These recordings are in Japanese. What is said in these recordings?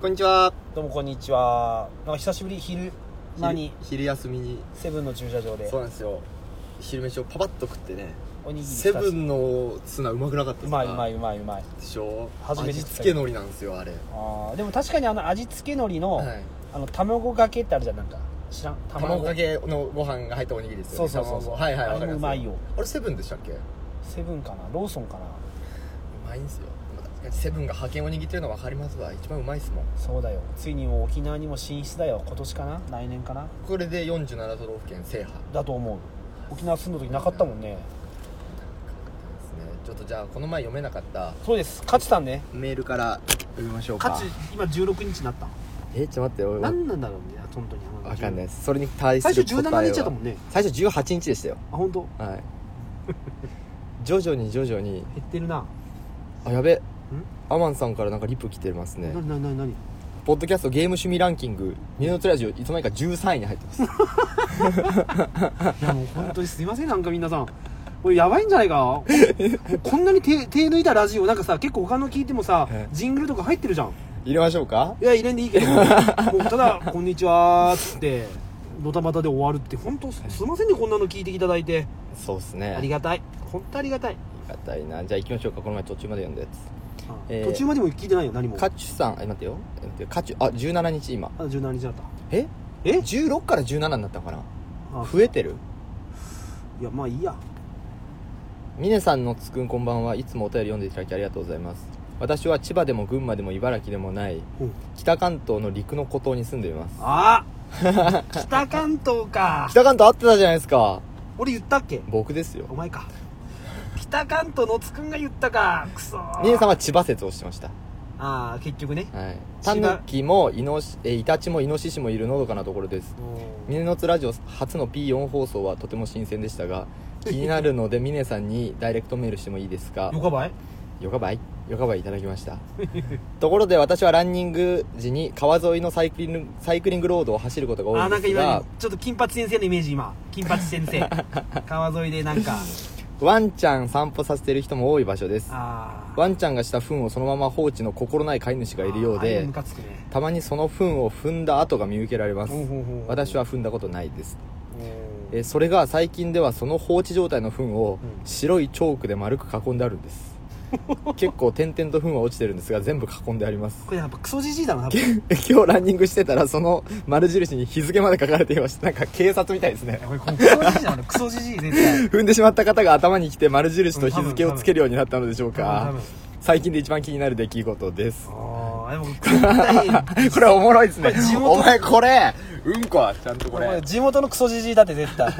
こんにちはどうもこんにちはなんか久しぶり昼間にひ昼休みにセブンの駐車場でそうなんですよ昼飯をパパッと食ってねおにぎりセブンンのツナうまくなかったでうすまかいうまいうまいうまいでしょ初めて味食った付け海苔なんですよあれあーでも確かにあの味付け海苔の,、はいあの卵かけってあるじゃんなんか知らん卵かけのご飯が入ったおにぎりですよねそうそうそうそ卵うはいはいわかりますあれもうまいよあれセブンでしたっけうセブンかなローソンかなまいんですよまあ確かにセブンが派遣おにぎりっていうのは分かりますわ一番うまいっすもんそうだよついにもう沖縄にも進出だよ今年かな来年かなこれで47都道府県制覇だと思う沖縄住んだ時なかったもんねですねちょっとじゃあこの前読めなかったそうです勝ちさんねメールから読みましょうか勝ち今16日になったえちょっと待ってよ何なんだろうね本当にわかんないいですそれに対す最る初答えは17日だったもんね最初18日でしたよあ本当はい徐々に徐々に減ってるなあやべアマンさんからなんかリプ来てますね何何何何ポッドキャストゲーム趣味ランキングミノトラジオいつの間にか13位に入 ってますいやもう本当にすいませんなんか皆さんこれやばいんじゃないかもうこんなに手手抜いたラジオなんかさ結構他の聞いてもさえジングルとか入ってるじゃん入れましょうかいや入れんでいいけどもうただ「こんにちは」っつってドタバタで終わるって本当すすいませんねこんなの聞いていただいてそうですねありがたい本当ありがたい、ありがたいなじゃあ行きましょうかこの前途中まで読んだやつうんえー途中までも聞いてないよ何もカチュさんえ待ってよえ待ってよカチュあ17日今あ17日だったええ16から17になったのかなあ増えてるいやまあいいやミネさんのつくんこんばんはいつもお便り読んでいただきありがとうございます私は千葉でも群馬でも茨城でもないうん北関東の陸の孤島に住んでいますあ北関東か北関東合ってたじゃないですか俺言ったっけ僕ですよお前か北関東のつくんが言ったかくそーミネさんは千葉説をしてましたああ結局ねはいタ千葉ヌキもイノシえイタチもイノシシもいるのどかなところですミネノツラジオ初の P4 放送はとても新鮮でした が気になるのでミネさんにダイレクトメールしてもいいですかよかばいよかばいよかばいいただきました ところで私はランニング時に川沿いのサイクリングサイクリングロードを走ることがあ多いーんなですんか今がねちょっと金八先生のイメージ今金八 先生川沿いでなんかワンちゃん散歩させている人も多い場所ですあーワンちゃんがした糞をそのまま放置の心ない飼い主がいるようあれでムカつくねたまにその糞を踏んだ跡が見受けられますほうほうほう私は踏んだことないですうんえそれが最近ではその放置状態の糞をうん白いチョークで丸く囲んであるんです 結構点々と糞は落ちてるんですが全部囲んであります これやっぱクソじじいだな多分今日ランニングしてたらその丸印に日付まで書かれていましたなんか警察みたいですねこれこのクソじじいだなクソじじい絶対踏んでしまった方が頭に来て丸印と日付をつけるようになったのでしょう多か分最近で一番気になる出来事ですああでも絶対これおもろいですねこれ地元お前これうんこはちゃんと ここれれ地元のクソじじいだって絶対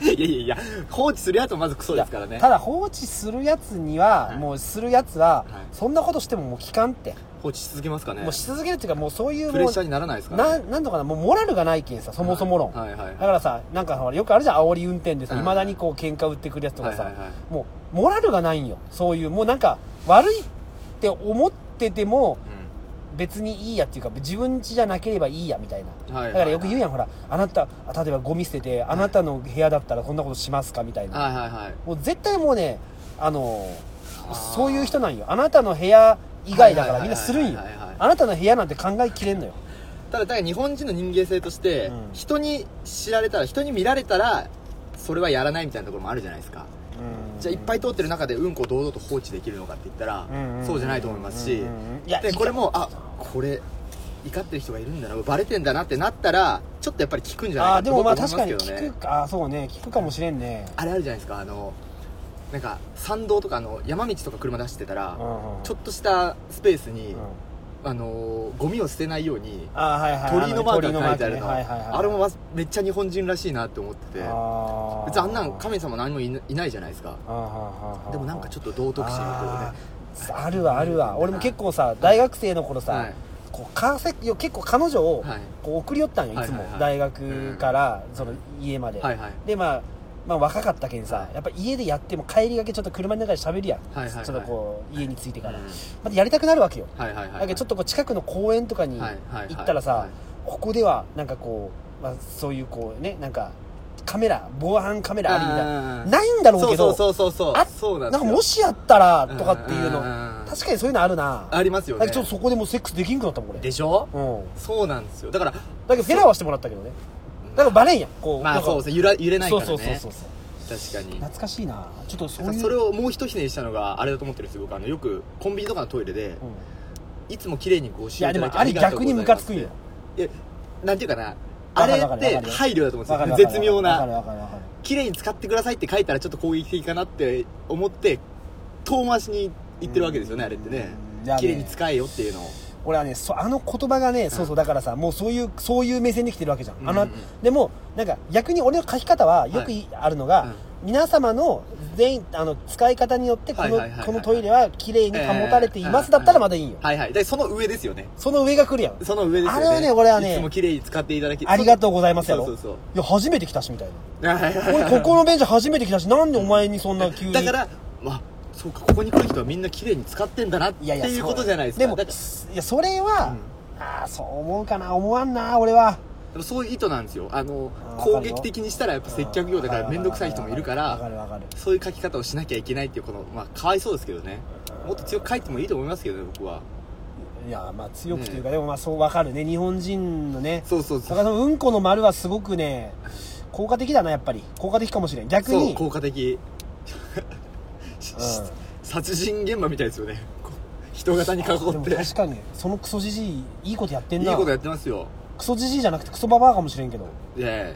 いやいやいや放置するやつはまずクソですからねただ放置するやつには、もうするやつはは、いそんなことしてももう聞かんって、放置し続けますかねもうし続けるっていうかもうそういうプレもッシャーうにならないですかねななんとかなもうモラルがないけんさそもそも論、はいはいはいだからさなんかほらよくあるじゃん煽り運転でさうんいま、未だにこう喧嘩売ってくるやつとかさ、はいはいはもうモラルがないんよそういうもうなんか悪いって思ってても別にいいやっていうか自分家じゃなければいいやみたいな、はいはいはいだからよく言うやんほらあなた例えばゴミ捨ててあなたの部屋だったらこんなことしますかみたいうんな、はいはいはいもう絶対もうねあのあーそういう人なんよあなたの部屋以外だかはらいはいはいはいみんなするんよはいはいあなたの部屋なんて考えきれんのよただだから日本人の人間性として、うん人に知られたら人に見られたらそれはやらないみたいなところもあるじゃないですかじゃあいっぱい通ってる中でうんこを堂々と放置できるのかって言ったら、うんそうじゃないと思いますし、うんうんうんいやでこれもあこれ怒ってる人がいるんだなバレてんだなってなったらちょっとやっぱり聞くんじゃないあかあーってでも僕まはあ思いま確すかけにどね聞くかあーそうね聞くかもしれんねあれあるじゃないですかあのなんか山道とかあの山道とか車出してたら、ちょっっとしたスペースに、とあのーゴミを捨てないようにあーはいはい鳥居のマークが書いてあるの鳥居マークねはいはいはいあれもわめっちゃ日本人らしいなって思っててあー別にあんなん神様何もいないないじゃないですかあーはーはーはーでもなんかちょっと道徳心があこーあるわあるわ俺も結構さ大学生の頃うねはさいこう川崎よ結構彼女をはいこう送り寄ったんよいつはもいはいはい大学からその家まではいはいでまあまあ若かったけんさやっぱ家でやっても帰りがけちょっと車の中で喋るやんはいはいはいちょっとこう家に着いてからうんまたやりたくなるわけよはいはいはいだけどちょっとこう近くの公園とかにはいはいはい行ったらはさいここではなんかこうまあそういうこうねなんかカメラ防犯カメラあるみたいなあーないんだろうけどそうそうそうそうそうあそうななんんですかよもしやったらとかっていうのうんうんうんうん確確かにそういうのあるなありますよなねんかちょっとそこでもうセックスできんくなったもん俺でしょうんそうなんですよだからだけどフェラーはしてもらったけどねだからバレんやんこうまなあんかそうですね揺ら揺れないかそらうねそうそうそうそう確かに懐かしいなちょっとそういうそれをもう一ひねりしたのがあれだと思ってるんですよ僕あのよくコンビニとかのトイレでうんいいつも綺麗にご使用やいでただきもあれりがとう逆にムカつごくざんいよますいやなんていうかなあわかれるわかっるわてかる配慮だと思わかうんるでわすかよ絶る妙わかるなわかるわかる綺麗に使ってくださいって書いたらちょっと攻撃的かなって思って遠回しに言ってるわけですよねあれってねうんいやね綺麗に使えよっていうのを俺はねそあの言葉がねそうそうだからさもうそういうそういう目線で来てるわけじゃん、あうのんうんでもなんか逆に俺の書き方はよくいあるのが、うん皆様の全員あの使い方によってこはいのはいはいはいこのトイレは綺麗に保たれています、えーだったらまだいいよ、はいはいでその上ですよねその上が来るやんその上ですよねあれはね俺はねいつも綺麗に使っていただきありがとうございますやそうろそうそういや初めて来たしみたいなはいはいはい俺ここのベンチ初めて来たしなんでお前にそんな急 にだからまあそうかここに来る人はみんな綺麗に使ってんだなっていうことじゃないですかでもだからいやそれは、ああそう思うかな思わんな俺はでもそういう意図なんですよあのあー攻撃的にしたらやっぱ接客業だから面倒くさい人もいるかわからるわかるそういう書き方をしなきゃいけないっていうこのまあかわいそうですけどねもっと強く書いてもいいと思いますけどね僕はいやまあ強くというか、でもまあそうわかるね日本人のねそうそうだそかうらそのうんこの丸はすごくね効果的だなやっぱり効果的かもしれん逆そうに効果的 しうん殺人現場みたいですよねこう人型に囲でっもて確かにそのクソじじいいいことやってんいいなことやってますよクソじじいじゃなくてクソババアかもしれんけどで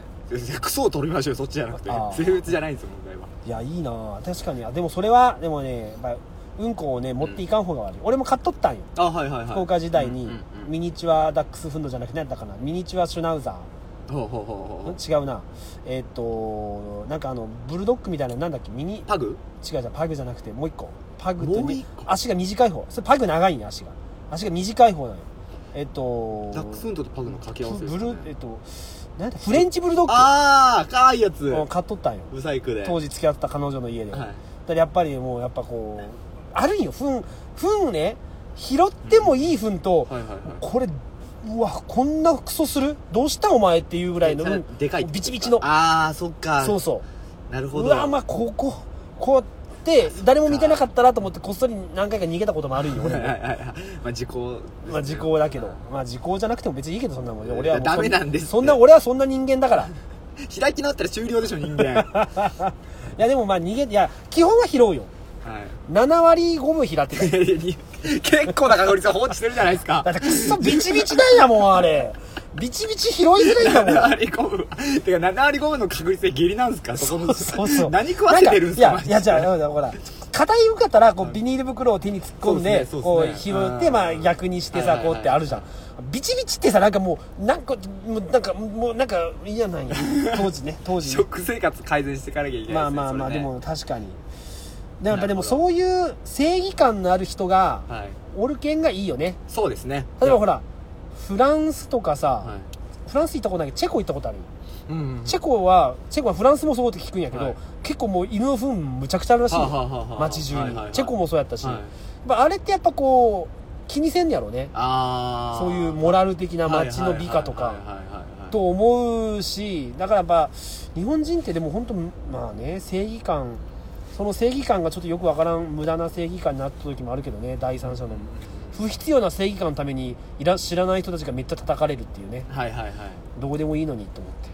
クソを取りましょうよそっちじゃなくてあー性別じゃないんですよ問題はいやいいな確かにあでもそれはでもねやっぱうんこをね持っていかん方が悪い、俺も買っとったんよあはいはいはい福岡時代にうんうんうんミニチュアダックスフンドじゃなくて何だったかなミニチュアシュナウザーほうほうほうほう違うなえーっ、となんかあのブルドッグみたいななんだっけミニパグ違うじゃんパグじゃなくてもう一個パグともうね一個足が短い方それパグ長いんや足が足が短い方なのよえーっ、とダックスフンドとパグの掛け合わせです、ブね、ルえーっ、となんだフレンチブルドッグああ可愛いやつを買っとったんよブサイクで当時付き合ってた彼女の家で、はいだからやっぱりもうやっぱこうあるんよ糞糞ね拾ってもいい糞と、はいはいはいこれうわこんなクソするどうしたお前っていうぐらいのでうんでかいってことビチビチのああそっかそうそうなるほどうわまあこここうやって誰も見てなかったなと思ってこっそり何回か逃げたこともあるんよ俺 はいもはいはいはいまあ時効ですねまあ時効だけどまあ時効じゃなくても別にいいけどそんなもん俺はもうダメなんですそんな俺はそんな人間だからい開き直ったら終了でしょ人間はやでもまあ逃げいや基本は拾うよ7割5分拾ってないい 結構な確率を放置してるじゃないですかだってクソビチビチなんやもんあれビチビチ拾いづらいんだもん7割5分てか7割5分の確率で下痢なんですかそこのそうそう。何食わせてるんですかなんいや、いや、じゃあ、うんほら。硬い服だったら、こう、ビニール袋を手に突っ込んそうでで、すねこそうう、です拾ねって、うんまあ、逆にしてさ、はいはいこはういってあるじゃん。ビチビチってさ、なんかもう、なんか、もう、なんか、もう、なんか、嫌なんや。当時ね、当時ね。食生活改善していかなきゃいけないまあですねまあまあ、そでれねも、確かに。でもやっなぱでるも、ほどそういう正義感のある人が、はいおるけんがいいよね。そうですね例えばほら、フランスとかはさい、フランス行ったことないけど、チェコ行ったことあるうんうんチェコは、チェコはフランスもそうって聞くんやけど、はい結構もう犬の糞むちゃくちゃあるらしいよ、はあはあはあはあ街中はに、いはいはいチェコもそうやったし、はいやっぱあれってやっぱこう、気にせんやろね。ああそういうモラル的な街街の美化とか、と思うし、だからやっぱ、日本人ってでも本当、まあね、正義感、その正義感がちょっとよくわからん無駄な正義感になった時もあるけどね、第三者の。不必要な正義感のためにいら知らない人たちがめっちゃ叩かれるっていうね、はいはいはいどうでもいいのにと思って。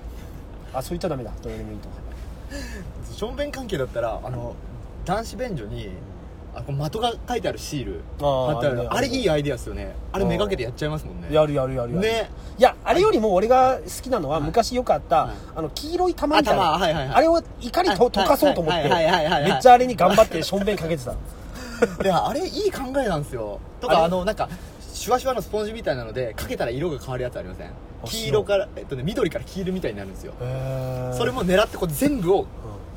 あ、そう言っちゃダメだ。どうでもいいと思って。正面関係だったらあの男子便所にあこの的が書いてあるシールあー貼ってあるあるねあれいいアイデアですよねあれうんめがけてやっちゃいますもんねやるやるやるやるねいやあれよりも俺が好きなのははい昔よくあった、はいあの黄色い玉みたい頭なはいはいはいあれを怒りとはい溶かそうと思ってはいはいはいはいはいはいめっちゃあれに頑張ってしょんべんかけてたいやあれいい考えなんですよとあれかあのなんかシュワシュワのスポンジみたいなのでかけたら色が変わるやつありません黄色からえっとね緑から黄色みたいになるんですよそれも狙ってこう全部を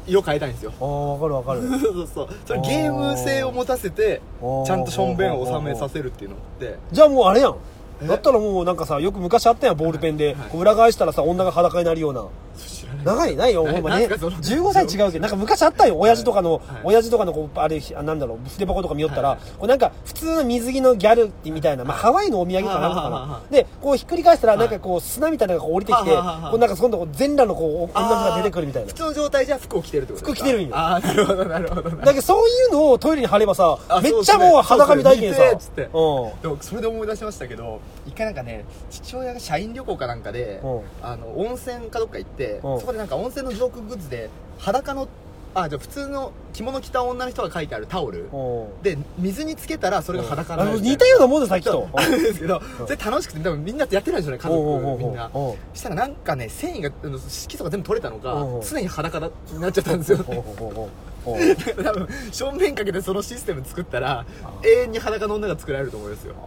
色変えたいんですよああ分かる分かるそうそうそうそれゲーム性を持たせてお ーちゃんとしょんべんを収めさせるっていうのってじゃあもうあれやんえだったらもうなんかさよく昔あったやんボールペンで、はいこう裏返したらさ女が裸になるような知知らない長いないよ、なほんまね。なんすかその15歳違うけど、なんか昔あったよ、親父とかの、はい親父とかのこう、あれ、あなんだろう、筆箱とか見よったら、はいこうなんか、普通の水着のギャルみたいな、まあ、ハワイのお土産かなんかはあはあはかあな。で、こうひっくり返したら、はないんかこう、砂みたいなのがこう降りてきて、はあはあはあこうなんかそこのとこ全裸のこう、女の子が出てくるみたいあなー普。通の状態じゃ服を着てるってことですか服着てるんよああなるほどなるほどなだけど、そういうのをトイレに貼ればさあ、めっちゃもう裸見体験さ。そうっすねうん。でもそれで思い出しましたけど一回なんかね父親が社員旅行かなんかで、うんあの温泉かどっか行って、うんそこでなんか温泉のジョークグッズで裸のあじゃあ普通の着物着た女の人が書いてあるタオル、うんで水につけたらそれが裸になあるのみ似たいようなもんでさっきとな。あるんですけどうんそれ楽しくて多分みんなやってないじゃ ない家おうおうお族うみんなおうしたらなんかね繊維があの色素が全部取れたのかうんうん常に裸だになっちゃったんですよおうおうおうおうだから 多分正面かけてそのシステム作ったらあ永遠に裸の女が作られると思いますよあ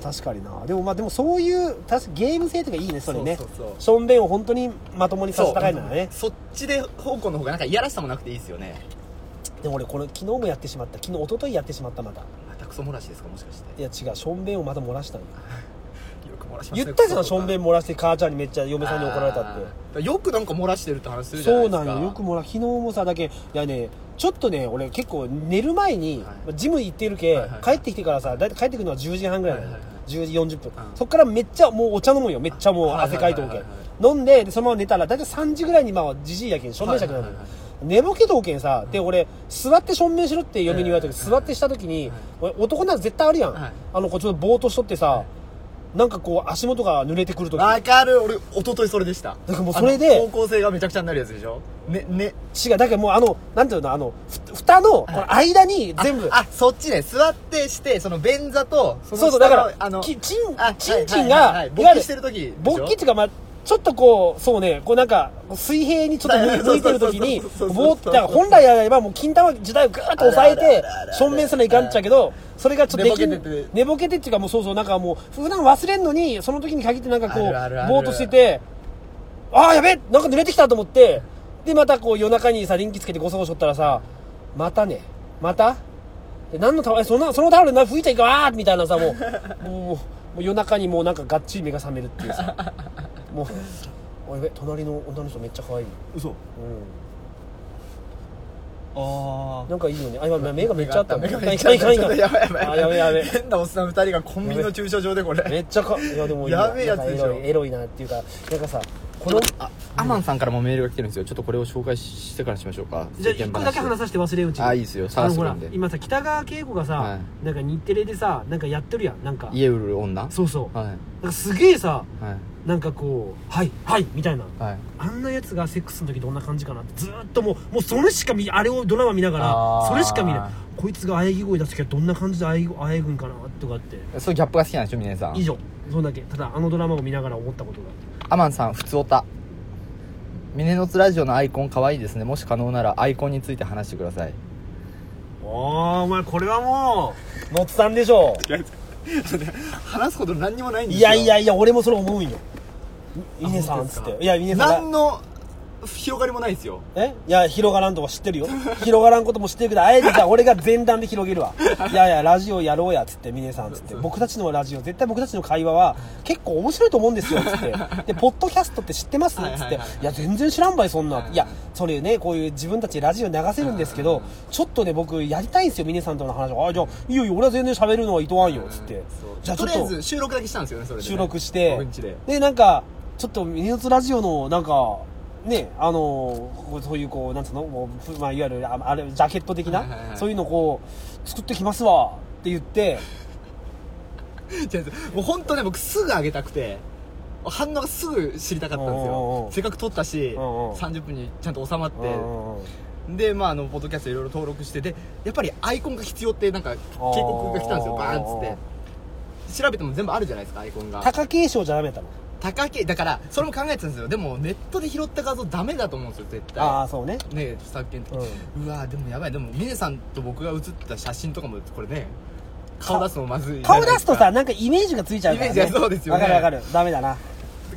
ー確かになでもまあでもそういう確かゲーム性とかいいねそれねそうそうそうしょんべんを本当にまともにさせたかいのねそっちで方向の方がなんかいやらしさもなくていいですよねでも俺これ昨日もやってしまった昨日一昨日やってしまったまたまたクソ漏らしですかもしかしていや違うしょんべんをまた漏らしたのよく漏らしますね言ったじゃんクしソょとかんべん漏らして母ちゃんにめっちゃ嫁さんに怒られたあっーよくなんか漏らしてるって話すてるじゃないそでうすかなんよよく漏ら昨日もさだけいやねちょっとね俺結構寝る前に、はいまあジム行ってるけ、はいはいはい帰ってきてからさだいたい帰ってくるのは10時半ぐらいなの、はいはいはい10時40分、うんそっからめっちゃもうお茶飲むよめっちゃもうあはい汗かいておけ、はいはい飲んででそのまま寝たらだいたい3時ぐらいにまあじじいやけんしょんべんしたくなるのよ、はいはいはい寝ぼけとおけんさで俺座ってしょんべんしろって嫁に言われたけど、ええ座ってした時に、はい俺男なら絶対あるやん、はいあのこうちょっとぼーっとしとってさ、なんかこう足元が濡れてくる時わかる俺一昨日それでしただからもうそれであの方向性がめちゃくちゃになるやつでしょねね違うだけどもうあのなんていうのあのふ蓋のこの間に全部、ああそっちね座ってしてその便座とそのそうそうだからあのきちんあちんちんはいはいはいがはいいわゆ勃る起してる時勃起ってていうかまあちょっとこうそうねこうなんか水平にちょっと向い向いてる時 にそうそうそうそうぼーっとだから本来であればもう金玉時代をグーッと抑えあらあてらあら正面するのいかんっちゃうけどそれがちょっとできん寝ぼけてて寝ぼけてっていうかもうそうそうなんかもう普段忘れんのにその時に限ってなんかこうあるあるあるぼーっとしててああやべえなんか濡れてきたと思ってでまたこう夜中にさ電気つけてゴソゴソしとったらさまたねまたで何のタオルえそのそのタオルな吹いちゃいかんわーみたいなさもうもうもう夜中にもうなんかがっちり目が覚めるっていうさもうおいべ隣の女の人めっちゃ可愛い、嘘うあん、なんかいいよねあ今目がめっちゃあった目がいかんめいっちゃかあんいったかんいかんやばいやばいあやべやべ変なおっさん二人がコンビニの駐車場でこれめっちゃかいやでもいいやべえやつでしょなんかエロいエロいなっていうかなんかさこのあアマンさんからもメールが来てるんですよちょっとこれを紹介してからしましょうかじゃあ1個だけ話させて忘れようちあいいですよあ探のしてほくらんで今さ北川景子がさ、はなんか日テレでさなんかやってるやんなんか家売る女そうそう、はなんかすげえさいはいなんかこう「はいはい」みたいなはいあんなやつがセックスの時どんな感じかなってずーっともうもうそれしか見あれをドラマ見ながあらーそれしか見ないこいつが喘ぎ声出すけどどんな感じで喘ぎ喘ぐんかなとかってそういうギャップが好きなんでしょ峰さん以上そんだけただあのドラマを見ながら思ったことがアマンさん、ふつおた。ミネノツラジオのアイコン可愛いですね。もし可能ならアイコンについて話してください。おーお前これはものっさんでしょ話すこと何にもないんいやいやいや俺もそれ思うんよい峰さんっつっ本当ですてかいや峰さんがの広がりもないですよ。えいや、広がらんとか知ってるよ。広がらんことも知ってるけど、あえてじゃあ俺が前段で広げるわ。いやいや、ラジオやろうや、つって、峰さん、つって。僕たちのラジオ、絶対僕たちの会話は、結構面白いと思うんですよ、つって。で、ポッドキャストって知ってますはいはいつっはいて。いや、全然知らんばい、そんな。いや、それね、こういう自分たちでラジオ流せるんですけど、ちょっとね、僕、やりたいんですよ、峰さんとの話を。あ、じゃあ、いいよいいよ、俺は全然喋るのはいとわんよ、つって。じゃあ、ちょっとりあえと。ず収録だけしたんですよね、それでね、収録して僕んちで。でなんかちょっと「ミネオツラジオ」のなんかねあのこうそういうこうなんつうのもう、ふまあ、いわゆるああれジャケット的な、はいはいはいそういうのこう作ってきますわって言って違う違 うもう本当ね、僕すぐ上げたくて、反応がすぐ知りたかったんですおうおうおよう。せっかく撮ったし、おうおう30分にちゃんと収まって、うんで、まあ、あの、ポッドキャストいろいろ登録して、で、やっぱりアイコンが必要って、なんか、警告が来たんですよ、バーンっつって。調べても全部あるじゃないですか、アイコンが。貴景勝じゃダメだったの高けだからそれも考えてたんですよでもネットで拾った画像ダメだと思うんですよ絶対ああそうねねえ著作権的、うわーでもやばいでも峰さんと僕が写った写真とかもこれね顔出すのもまずいじゃな顔いで出すとかさなんかイメージがついちゃうから、ね、イメージがそうですよねわかるわかるダメだな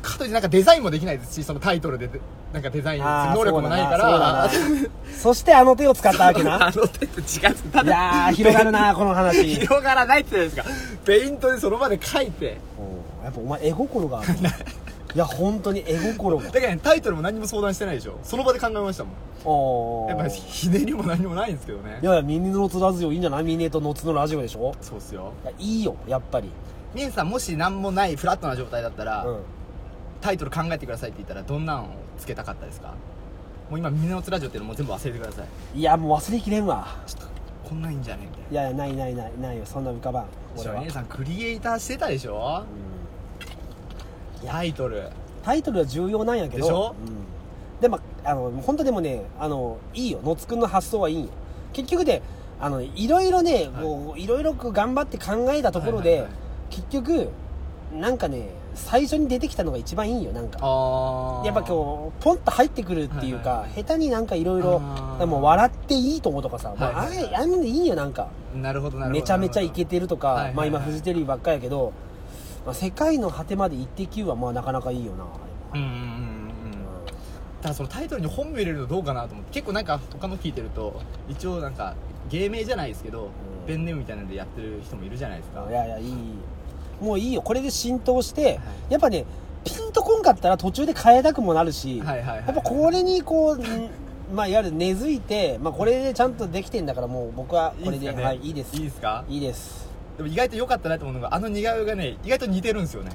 かといってなんかデザインもできないですしそのタイトルでなんかデザインするあー能力もないかそうだらなそうだなそしてあの手を使ったわけなあの手と違うたいやー広がるなこの話、広がらないってじゃないですかペイントでその場で書いてうんやっぱお前絵心があるいや本当に絵心がだからねタイトルも何も相談してないでしょその場で考えましたもんおやっぱひねりも何もないんですけどねいやいやミニのつラジオいいんじゃないミネとのつのラジオでしょそうっすよいやいいよやっぱりミネさんもし何もないフラットな状態だったら、うんタイトル考えてくださいって言ったらどんなんをつけたかったですかもう今ミネのつラジオっていうのも全部忘れてくださいいやもう忘れきれんわちょっとこんなんいいんじゃねえみたいないやいやないないないないよそんな浮かばん俺は、ミネさんクリエイターしてたでしょうんタイトルタイトルは重要なんやけどでしょうん、でもあの本当でもねあのいいよ野津くんの発想はいいよ結局であのいろいろね、はいもういろいろこう頑張って考えたところで、はいはいはい結局なんかね最初に出てきたのが一番いいよなんかあやっぱ今日ポンと入ってくるっていうか、はいはい下手になんかいろいろあーもう笑っていいと思うとかさ、まあはいはいはいあれあんでいいよなんか日なるほどなるほどめちゃめちゃイケててるとはいはいかはいまあ今フジテレビばっかやけど、まあ、世界の果てまで行ってきゅうはまあなかなかいいよなあうんうんうんうんうんただそのタイトルに本名入れるのどうかなと思って結構なんか他の聞いてると一応なんか芸名じゃないですけど、んペンネームみたいなんでやってる人もいるじゃないですかれいやいやいいもういいよこれで浸透して、いやっぱねピンとこんかったら途中で変えたくもなるし、はいはいはいやっぱこれにこう、んまあいわゆる根付いて、まあ、これでちゃんとできてんだからもう僕はこれいいでですかねはい、いいですいいですかいいですでも意外と良かったなと思うのがあの似顔絵がね意外と似てるんですよね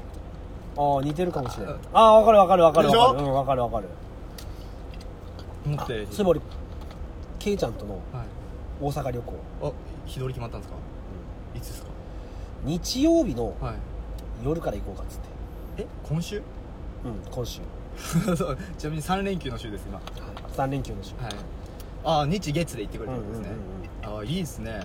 ああ似てるかもしれないあああ分かる分かる分かるでし分ょかるうん分かる分かる思っあそういてえば俺ケイちゃんとのはい大阪旅行あ日取り決まったんですか、いつですか日曜日のはい夜から行こうかっつってえ今週 うん今週そうちなみに3連休の週です今はい3連休の週ああ日月で行ってくうれんうてんるうんんうでんすね、ああいいですね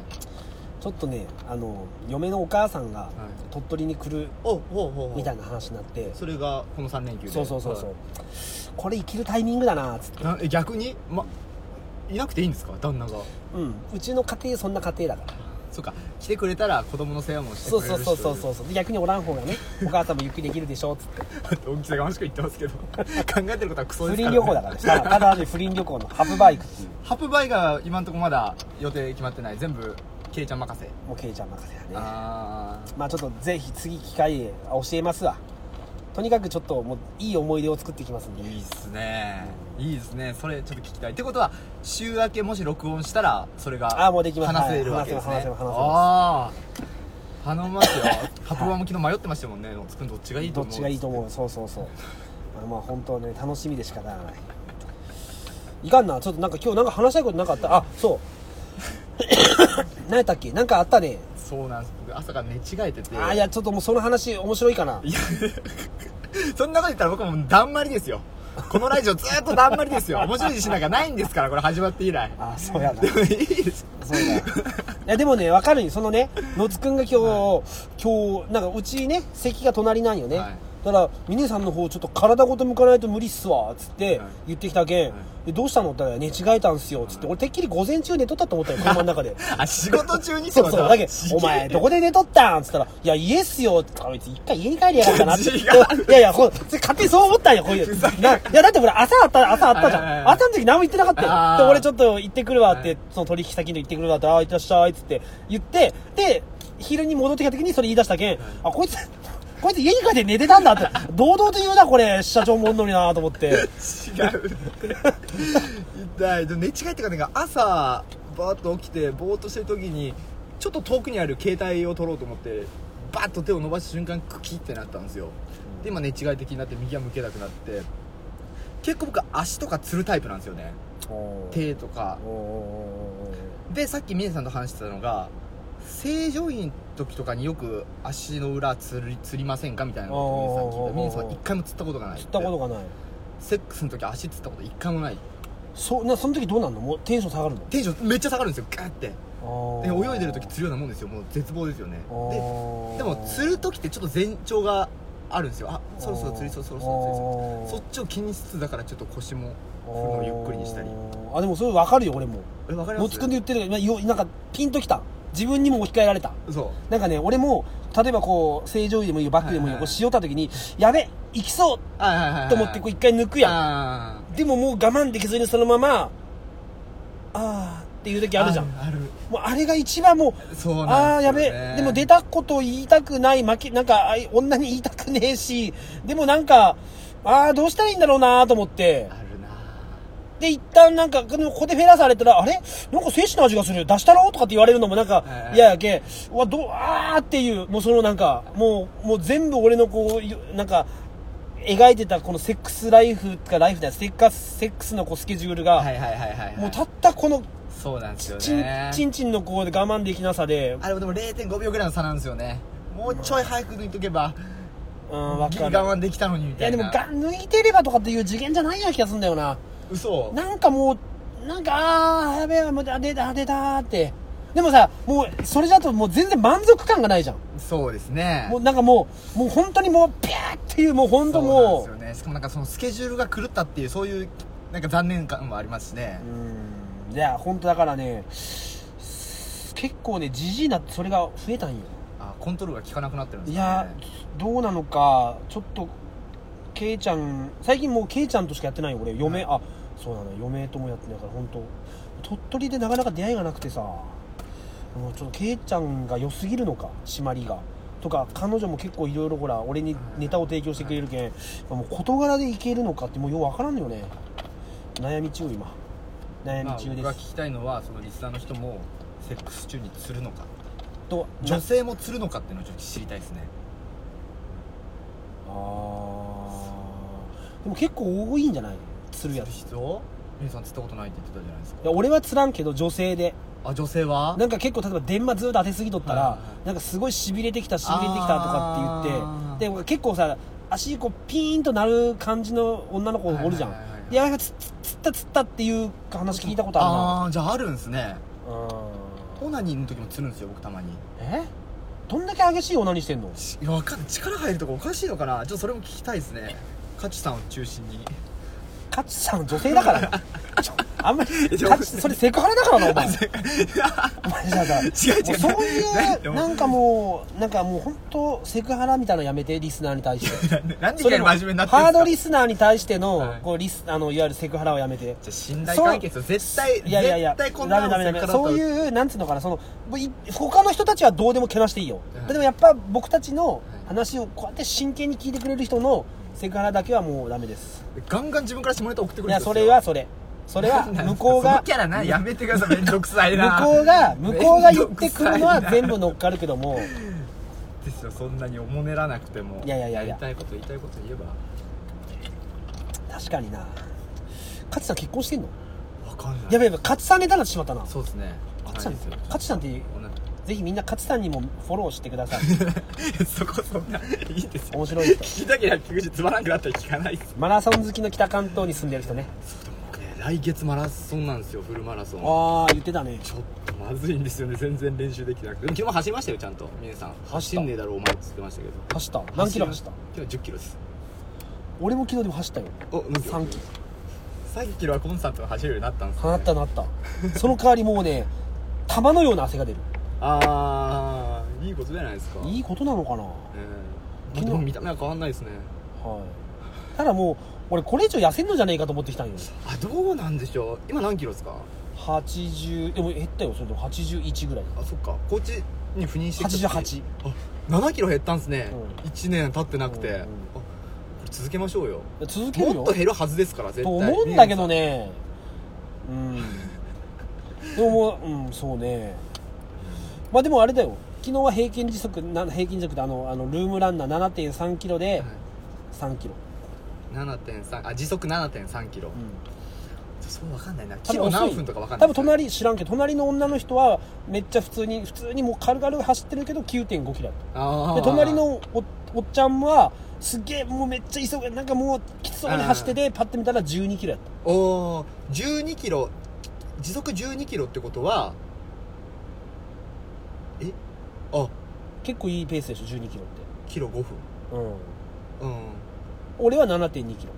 ちょっとねあの嫁のお母さんがい鳥取に来るおおおおみたいな話になってそれがこの3連休でそうそうそうそうはこれ生きるタイミングだなっつっていなえ逆にまいなくていいんですか旦那がうんうちの家庭そんな家庭だからそうか来てくれたら子供の世話もしてくそうれるしそうそうそうそうそう逆におらん方がね お母さんもゆっくりできるでしょっつってう 大きさがましく言ってますけど 考えてることはクソで不すか倫ら、旅行だからねただただ不倫旅行のハブバイクっていうハプバイが今んとこまだ予定決まってない全部ケイちゃん任せ、もうケイちゃん任せだねあまあちょっとぜひ次機会で教えますわとにかくちょっともういい思い出を作っていきますんあでいいっすねいいっすねそれちょっと聞きたいってことは週明けもし録音したらそれがあーもうできます話せるわけですね、はい話せます話せますああ頼み ますよハプバイも昨日迷ってましたもんねつくんどっちがいいとどっ思うちがいいと思うそうそうそうあのまあ本当はね楽しみでしかならないいかんなちょっとなんか今日なんか話したいことなかったあそう 何やったっけなんかあったねそうなんです僕朝から寝違えててあーいやちょっともうその話面白いかないや そんなこと言ったら僕もうだんまりですよこのラジオずっとだんまりですよ面白い自信なんかないんですからこれ始まって以来あーそうやなでもいいですそうだいやでもね分かるよそのね野津くんが今日、今日なんかうちね席が隣なんよね、はいだから峰さんの方ちょっと体ごと向かないと無理っすわっつってはい言ってきたけん、はでどうしたのって言ったら寝違えたんすよっつって、俺てっきり午前中寝とったと思ったよ車の中であ仕事中にってそこうとそうだけどすおげえ前どこで寝とったんっつったら「いや家っすよ」ってあいつ一回家に帰りやがったなって 違う いやいやこうそれ勝手にそう思ったんよこういうふざけんないやだって俺朝あった朝あったじはいはいゃんはい朝の時何も言ってなかっあたよーで俺ちょっと行ってくるわって、はいその取引先の行ってくるわって「ああいってらっしゃい」っつって言ってで昼に戻ってきた時にそれ言い出したけん、あこいつこいつ家に帰って寝てたんだって堂々と言うなこれ社長もおんのになと 思って違う痛いでも寝違えってかなんか朝バーッと起きてぼーっとしてる時にちょっと遠くにある携帯を取ろうと思ってバーッと手を伸ばした瞬間クキってなったんですよで今寝違え的になって右は向けなくなって結構僕足とかつるタイプなんですよね手とかでさっき峰さんと話してたのが正常位の時とかによく足の裏つりつりませんかみたいなことを峰さん聞いた峰さんは一回もつったことがない知ったことがないセックスの時足つったこと一回もないそなその時どうなんのもうテンション下がるのテンションめっちゃ下がるんですよガーってあでー泳いでる時釣るようなもんですよもう絶望ですよねあーででも釣る時ってちょっと前兆があるんですよあそろそろ釣りそうそろそろ釣りそうそっちを気にしつつだからちょっと腰も振るのをゆっくりにしたりあーあでもそれ分かるよ俺もえわかりますのつくんで言ってるけどよなんかピンときた自分にも置き換えられたそなんかね俺も例えばこう正常位でもいいよバックでもいはいいよ、はいはいこうしよった時にやべ行きそううはいはいはいはいと思ってこう一回抜くやん、あでももう我慢できずにそのままあーっっていう時あるじゃんあるもうあれが一番もうあるそうあなあんーやべよねえでも出たこと言いたくない負けなんかあい女に言いたくねえしでもなんかああどうしたらいいんだろうなと思ってあるなで一旦なんかでもここでフェラされたらあれなんか精子の味がする出したろとかって言われるのもなんかはい嫌やけうわどうああっていうもうそのなんかもうもう全部俺のこうゆなんか描いてたこのセックスライフかライフだよセッカスセックスのこうスケジュールが、はいはいはいはいはいもうたったこのそうなんですよちんねちんちんのこうで我慢できなさであれもでも0.5秒ぐらいの差なんですよねもうちょい早く抜いとけばうん我分かる慢できたのにみいたやいでなもが抜いてればとかっていう次元じゃないような気がするんだよな嘘なんかもうなんかあーやべえもうあ出た出たーってでもさもうそれだともう全然満足感がないじゃんそうですねもうなんかもうもう本当にもうピャーっていうもう本当もそうなうんですよねしかもなんかそのスケジュールが狂ったっていうそういうなんか残念感もありますしねうんいや本当だからね結構ねじじいなってそれが増えたんよあコントロールが効かなくなってるんでいすやねどうなのかちょっとケイちゃん最近もうケイちゃんとしかやってないよ俺嫁、あそうなの嫁ともやってないから本当鳥取でなかなか出会いがなくてさもうちょっとケイちゃんが良すぎるのか締まりがとか彼女も結構いろいろほら俺にネタを提供してくれるけんもう事柄でいけるのかってもうようわからんのよね悩み中今悩まみあ、中僕です、が聞きたいのはそのリスナーの人もセックス中に釣るのかと女な性も釣るのかっていうのをちょっと知りたいですねあーでも結構多いんじゃないするやつい人皆さん釣ったことないって言ってたじゃないですかや俺はつらんけど女性であ女性はなんか結構例えば電話ずっと当てすぎとったら、はいはいなんかすごいしびれてきたしびれてきたとかって言あっーてで俺結構さ足こうピーンとなる感じの女の子おるじゃはいはん、いはいはいいやなんかつつつったつったっていう話聞いたことああーじゃああるんですねるなうんオナニーの時も釣るんですよ僕たまにえどんだけ激しい女にしてんのちいやわかんない力入るとかおかしいのかなちょっとそれも聞きたいですねカチさんを中心 にカチさん女性だから ちょあんまりいやカチそれセクハラだからなお前お前 ささ違う違うもうそ ういうななんんかもうなんかもう本当セクハラみたいなのやめてリスナーに対しでてなんでそ急れにも真面目になってるんですかハードリスナーに対しての、はいこうリスあのいわゆるセクハラをやめてじゃあ信頼関係ですよ絶対いやいやいや絶対こんなのダメダメダセメクハラだそうういうなんつうのかなそのもうい他の人たちはどうでもけなしていいよ、はいでもやっぱ僕たちのい話をこうやって真剣に聞いてくれる人のセクハラだけはもうダメですガンガン自分から下ネタ送ってくいるや人ですそよれはそれそれはなんなん向こう がそのキャラなやめてくださいめんどくさいな向こうが向こうが言ってくるのはめんどくさいな全部乗っかるけどもですよそんなにおもねらなくてもいやいやいやいや言いたいこと言いたいこと言えば確かにな勝さん結婚してんのわかんないやべやべ勝さんネタになってしまったなそうですね勝さんよ勝さんってぜひみんな勝さんにもフォローしてくだ さ いそこそんないいですよ面白い人聞きたけりゃ聞くしつまらんくなったら聞かないっすマラソン好きの北関東に住んでる人ねそうでも僕ね来月マラソンなんですよフルマラソンああ言ってたねちょっとまずいんですよね全然練習できてなくてでも昨日走りましたよちゃんと峰さん走んねえだろお前って言ってましたけど走った何キロ走った今日1 0キロです俺も昨日でも走ったよおなんですよ3キ3キロはコンスタントに走るようになったんですロなったなったその代わりもうね玉のような汗が出るああいいことじゃないですかいいことなのかなええ昨日でも見た目は変わんないですねはいただもう俺これ以上痩せんのじゃねえかと思ってきた んよあどうなんでしょう今何キロですか80でも減ったよそれでも81ぐらいあそっか高知に赴任してきた時 88あ7キロ減ったんですね、う1年経ってなくて、うんうんあこれ続けましょうよ続けるもよっと減るはずですから絶対と思うんだけどねうんでももううんそうねまあでもあれだよ昨日は平均時速な平均時速であのあのルームランナー7 3キロではい3キロ、 7.3あ時速7.3キロ、うんそうわかんないな多キ分ロ遅い何分とかわかんな多い分隣知らんけど隣の女の人はめっちゃ普通に普通にもう軽々走ってるけど9 5キロやったあーで隣のおおっちゃんはすっげえもうめっちゃ急げなんかもうきつそうに走っててパッて見たら1 2キロやったお1 2キロ時速1 2キロってことはえあ結構いいペースでしょ1 2キロっキロ5分てうんうん俺は7 2キロ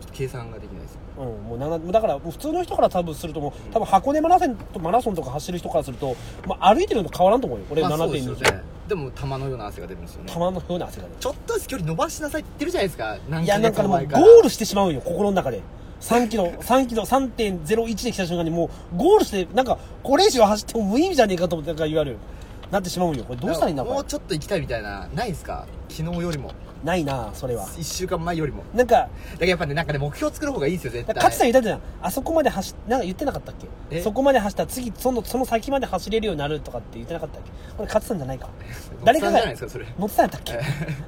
ちょっと計算ができないですうん、もうななだからもう普通の人から多分するともう多分箱根マラソンとマラソンとか走る人からすると、まあ、歩いてるのと変わらんと思うよ俺まあそうです7.2よキロ、ねでも玉のような汗が出るんですよね玉のような汗が出るちょっとずつ距離伸ばしなさいって言ってるじゃないですか何いやヶなん月かもも前うからゴールしてしまうんよ心の中で3キロ、3キロ、3.01で来た瞬間にもうゴールして、なんか、これ以上走っても無意味じゃねえかと思って、なんかいわゆる、なってしまうんよ。これどうしたらいいんだ、こもうれ。ちょっと行きたいみたいなないですか昨日よりもないなそれは。 1週間前よりもなんか、だからやっぱねなんかね目標作る方がいいですよ絶対勝さん言ったじゃん。あそこまで走、なんか言ってなかったっけえそこまで走ったら次、その、その先まで走れるようになるとかって言ってなかったっけこれ勝さんじゃないか。誰誰かかがじゃないですかそれ乗ってたんやったっけ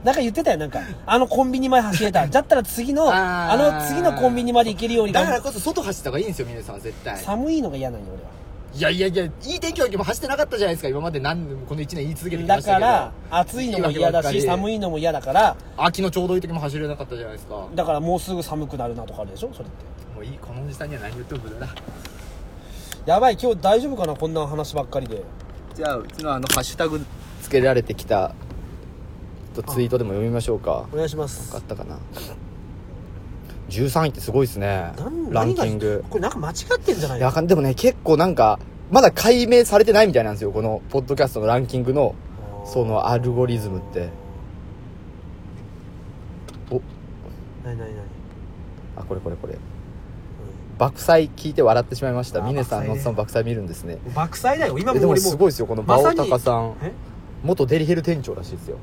なんか言ってたよ、なんか。あのコンビニまで走 れた。だったら次の、あーあの次のコンビニまで行けるようにだ頑か張らこそ外走った方がいいんですよ皆さんは絶対寒いのが嫌なんよ、俺は。いやいやいやいい天気の時も走ってなかったじゃないですか今まで何年もこの1年言い続けてきまだしたかけどら暑いのも嫌だし寒いいのも嫌だから秋のちょうどいい時も走れなかったじゃないですかもだからもうすぐ寒くなるなとかあるでしょそれってういいこのおじさんには何言っても無駄だやばい今日大丈夫かなこんな話ばっかりでじゃあうちのあのハッシュタグつけられてきたちょっとツイートでも読みましょうかお願いしますあったかな13位ってすごいですねなんラン何キがングこれなんか間違ってんじゃないいやあかんでもね結構なんかまだ解明されてないみたいなんですよこのポッドキャストのランキングのそのアルゴリズムっておなになになにあこれこれこれ爆災聞いて笑ってしまいましたあ峰さん爆の災ねおっさん爆災見るんですね爆災だよ今えでもうも俺すもごいですよこのま馬さ尾に隆さんえ元デリヘル店長らしいですよ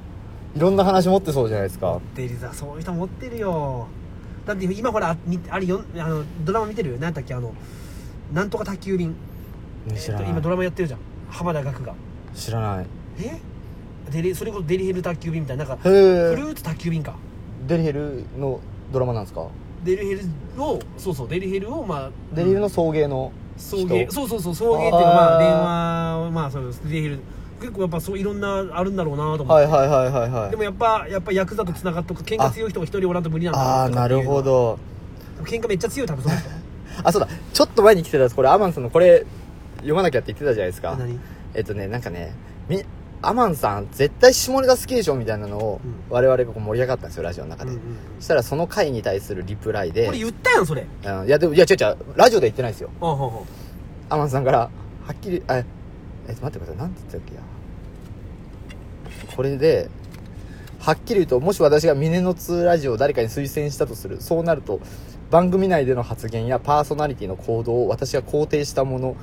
いろんな話持ってそうじゃないですかデリザそういう人持ってるよだって今ほらあみあれよあのドラマ見てるよ何だっけあのなんとか宅急便ねえっと今ドラマやってるじゃん浜田岳が知らないへえデリそれこそデリヘル宅急便みたいななんかフルえーツ宅急便かデリヘルのドラマなんですかデリヘルをそうそうデリヘルをまあデリヘルうんの送迎の送迎人そうそうそう送迎っていうかまああー電話をまあそうですデリヘル結構やっぱそういろんなあるんだろうなと思って、はいはいはいはいはいでもやっぱやっぱヤクザと繋がっとく喧嘩強い人が一人おらんと無理なんだああとーかっなているうほど喧嘩めっちゃ強い多分そ の人あそうだちょっと前に来てたやつこれアマンさんのこれ読まなきゃって言ってたじゃないですか何えっとねなんかねみアマンさん絶対下ネタ好きでしょみたいなのをうん我々がこう盛り上がったんですよラジオの中うんで、うんうんそしたらその回に対するリプライで、俺言ったやんそれうんいやでもいや違う違うラジオで言ってないですよああほうほアマンさんからはっきりあええ待ってください何て言ったっけやこれではっきり言うともし私が峰の通ラジオを誰かに推薦したとするそうなると番組内での発言やパーソナリティの行動を私が肯定したもの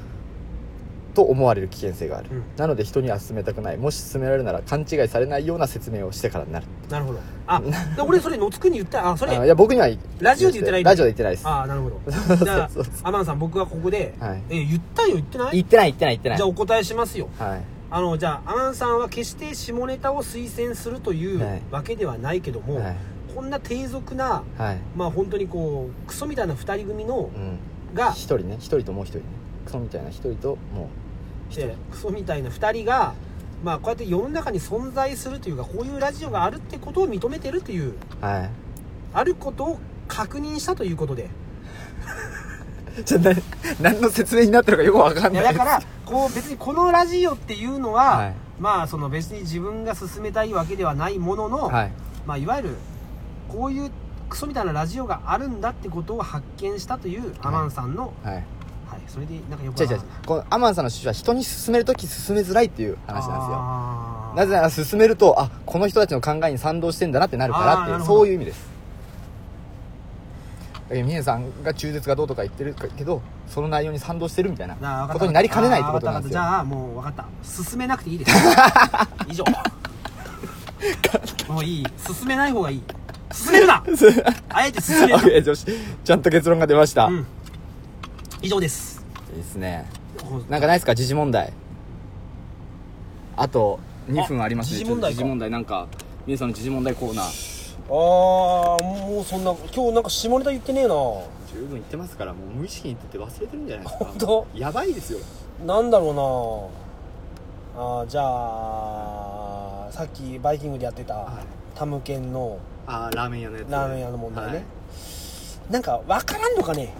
と思われる危険性がある、うんなので人には勧めたくないもし勧められるなら勘違いされないような説明をしてからになるうなるほどあで俺それ野津くんに言ったあそあれいや僕にはラジオで言ってないラジオで言ってないですああなる ほどじゃあそうそうアマンさん僕はここで、はいえ言ったよ言ってない言ってない言ってない言ってないじゃあお答えしますよはいあのじゃあアマンさんは決して下ネタを推薦するといはいうわけではないけども、はいこんな低俗なはいまあ本当にこうクソみたいな2人組のうんが一人ね一人ともう一人ねクソみたいな一人ともう一人えークソみたいな2人がまあこうやって世の中に存在するというかこういうラジオがあるってことを認めてるというはあることを確認したというこ とでいじゃな何の説明になってるかよくわかんいなやいだからこう別にこのラジオっていうのは、はいまあその別に自分が進めたいわけではないものの、はいまあ、いわゆるこういうクソみたいなラジオがあるんだってことを発見したというアマンさんの、はいはいそれでなんかよく違うわ違うん違うかないこのアマンさんの趣旨は人に勧めるとき勧めづらいっていう話なんですよあーなぜなら勧めるとあこの人たちの考えに賛同してんだなってなるからってあーいうなるほどそういう意味ですだけど峰さんが中絶がどうとか言ってるけどその内容に賛同してるみたいなあーわかったことになりかねないってことなんですよあーわかったわかったじゃあもう分かった進めなくてい いです以上もういい進めない方がいい進め るなあえて進めるな OK 女子ちゃんと結論が出ました、ういん以上ですいですねなんかないですか時事問題あと2分ありますね時事問題ちょっとか時事問題なんか皆さんの時事問題コーナーああもうそんな今日なんか下ネタ言ってねえな十分言ってますからもう無意識に言ってて忘れてるんじゃないですか本当やばいですよなんだろうなあーじゃあさっきバイキングでやってたはいタムケンのあーラーメン屋のやつラーメン屋の問題ね、なんかわからんのかね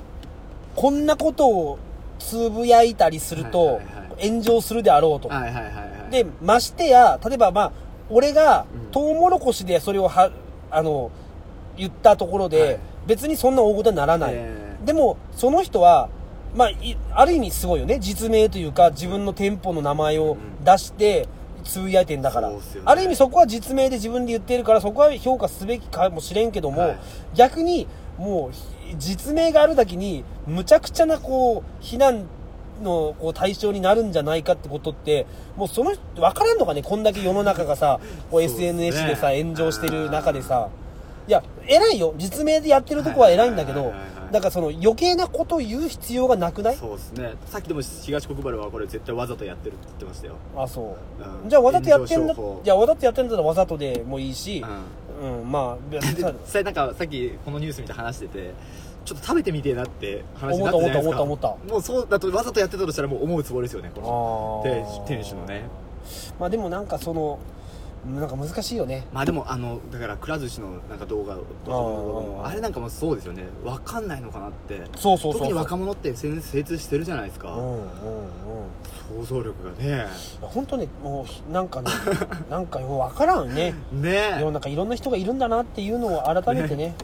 こんなことをつぶやいたりすると、はいはい炎上するであろうと、はい、はいはいはいはいでましてや例えばまあ俺がうんトウモロコシでそれをはあの言ったところで、はい別にそんな大事にならない、えでもその人はまあいある意味すごいよね実名というか自分の店舗の名前を出してつぶやいてんだから、そうっすよねある意味そこは実名で自分で言ってるからそこは評価すべきかもしれんけども、はい逆にもうひ実名があるだけにむちゃくちゃなこう非難のこう対象になるんじゃないかってことってもうその人分からんのかねこんだけ世の中 がさこうそうですね SNS でさ炎上してる中でさいや偉いよ実名でやってるとこは偉いんだけはどいはいはいはいだからその余計なことを言う必要がなくないそうですねさっきでも東国原はこれ絶対わざとやってるって言ってましたよ、あそううんじゃあわざとやってん炎上だ商法じゃあわざとやってんだったらわざとでもいいしうんうんまあ別で にさ実際なんかさっきこのニュース見て話しててちょっと食べてみてえなって話になったじゃないですか思った思った思ったもうそうだとわざとやってたとしたらもう思うつぼですよねこのあ店ー店主のねまあでもなんかそのなんか難しいよねまあでもあのだからくら寿司のなんか動画とかもあーあれなんかもそうですよねわかんないのかなってそうそうそうそう特に若者って SNS 精通してるじゃないですか、うんうんうん想像力がね本当ねもうなんかねなんかよう分からん ねね世えの、中いろんな人がいるんだなっていうのを改めてね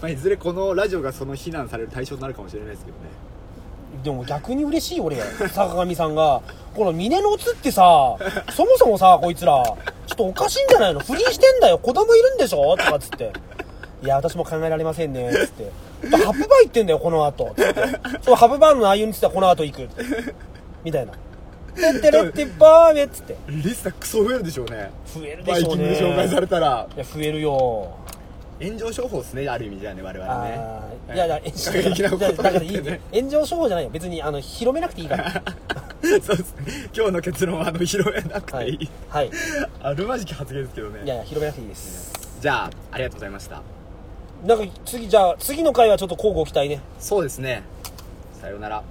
まあ、いずれこのラジオがその非難される対象になるかもしれないですけどねでも逆に嬉しい俺坂上さんがこの峰のつってさそもそもさこいつらちょっとおかしいんじゃないの不倫してんだよ子供いるんでしょとかっつっていや私も考えられませんねっつってハブバー行ってんだよこの後つってそのハブバーの内容についてはこの後行くみたいな「てってれってばーめ」っつってリスタクソ増えるでしょうね増えるでバイしょキうングでね紹介されたらいや増えるよ炎上商法ですねある意味じゃあね我々ねあ ーはいやいや過激なことだからい言いってね炎上処方じゃないよ別にあの広めなくていい からそうです今日の結論はあの広めなくはていいい、はいあるまじき発言ですけどいやねいや広めなくていいですじゃあありがとうございましたなんか次じゃあ次の回はちょっと交互期待ねそうですねさようなら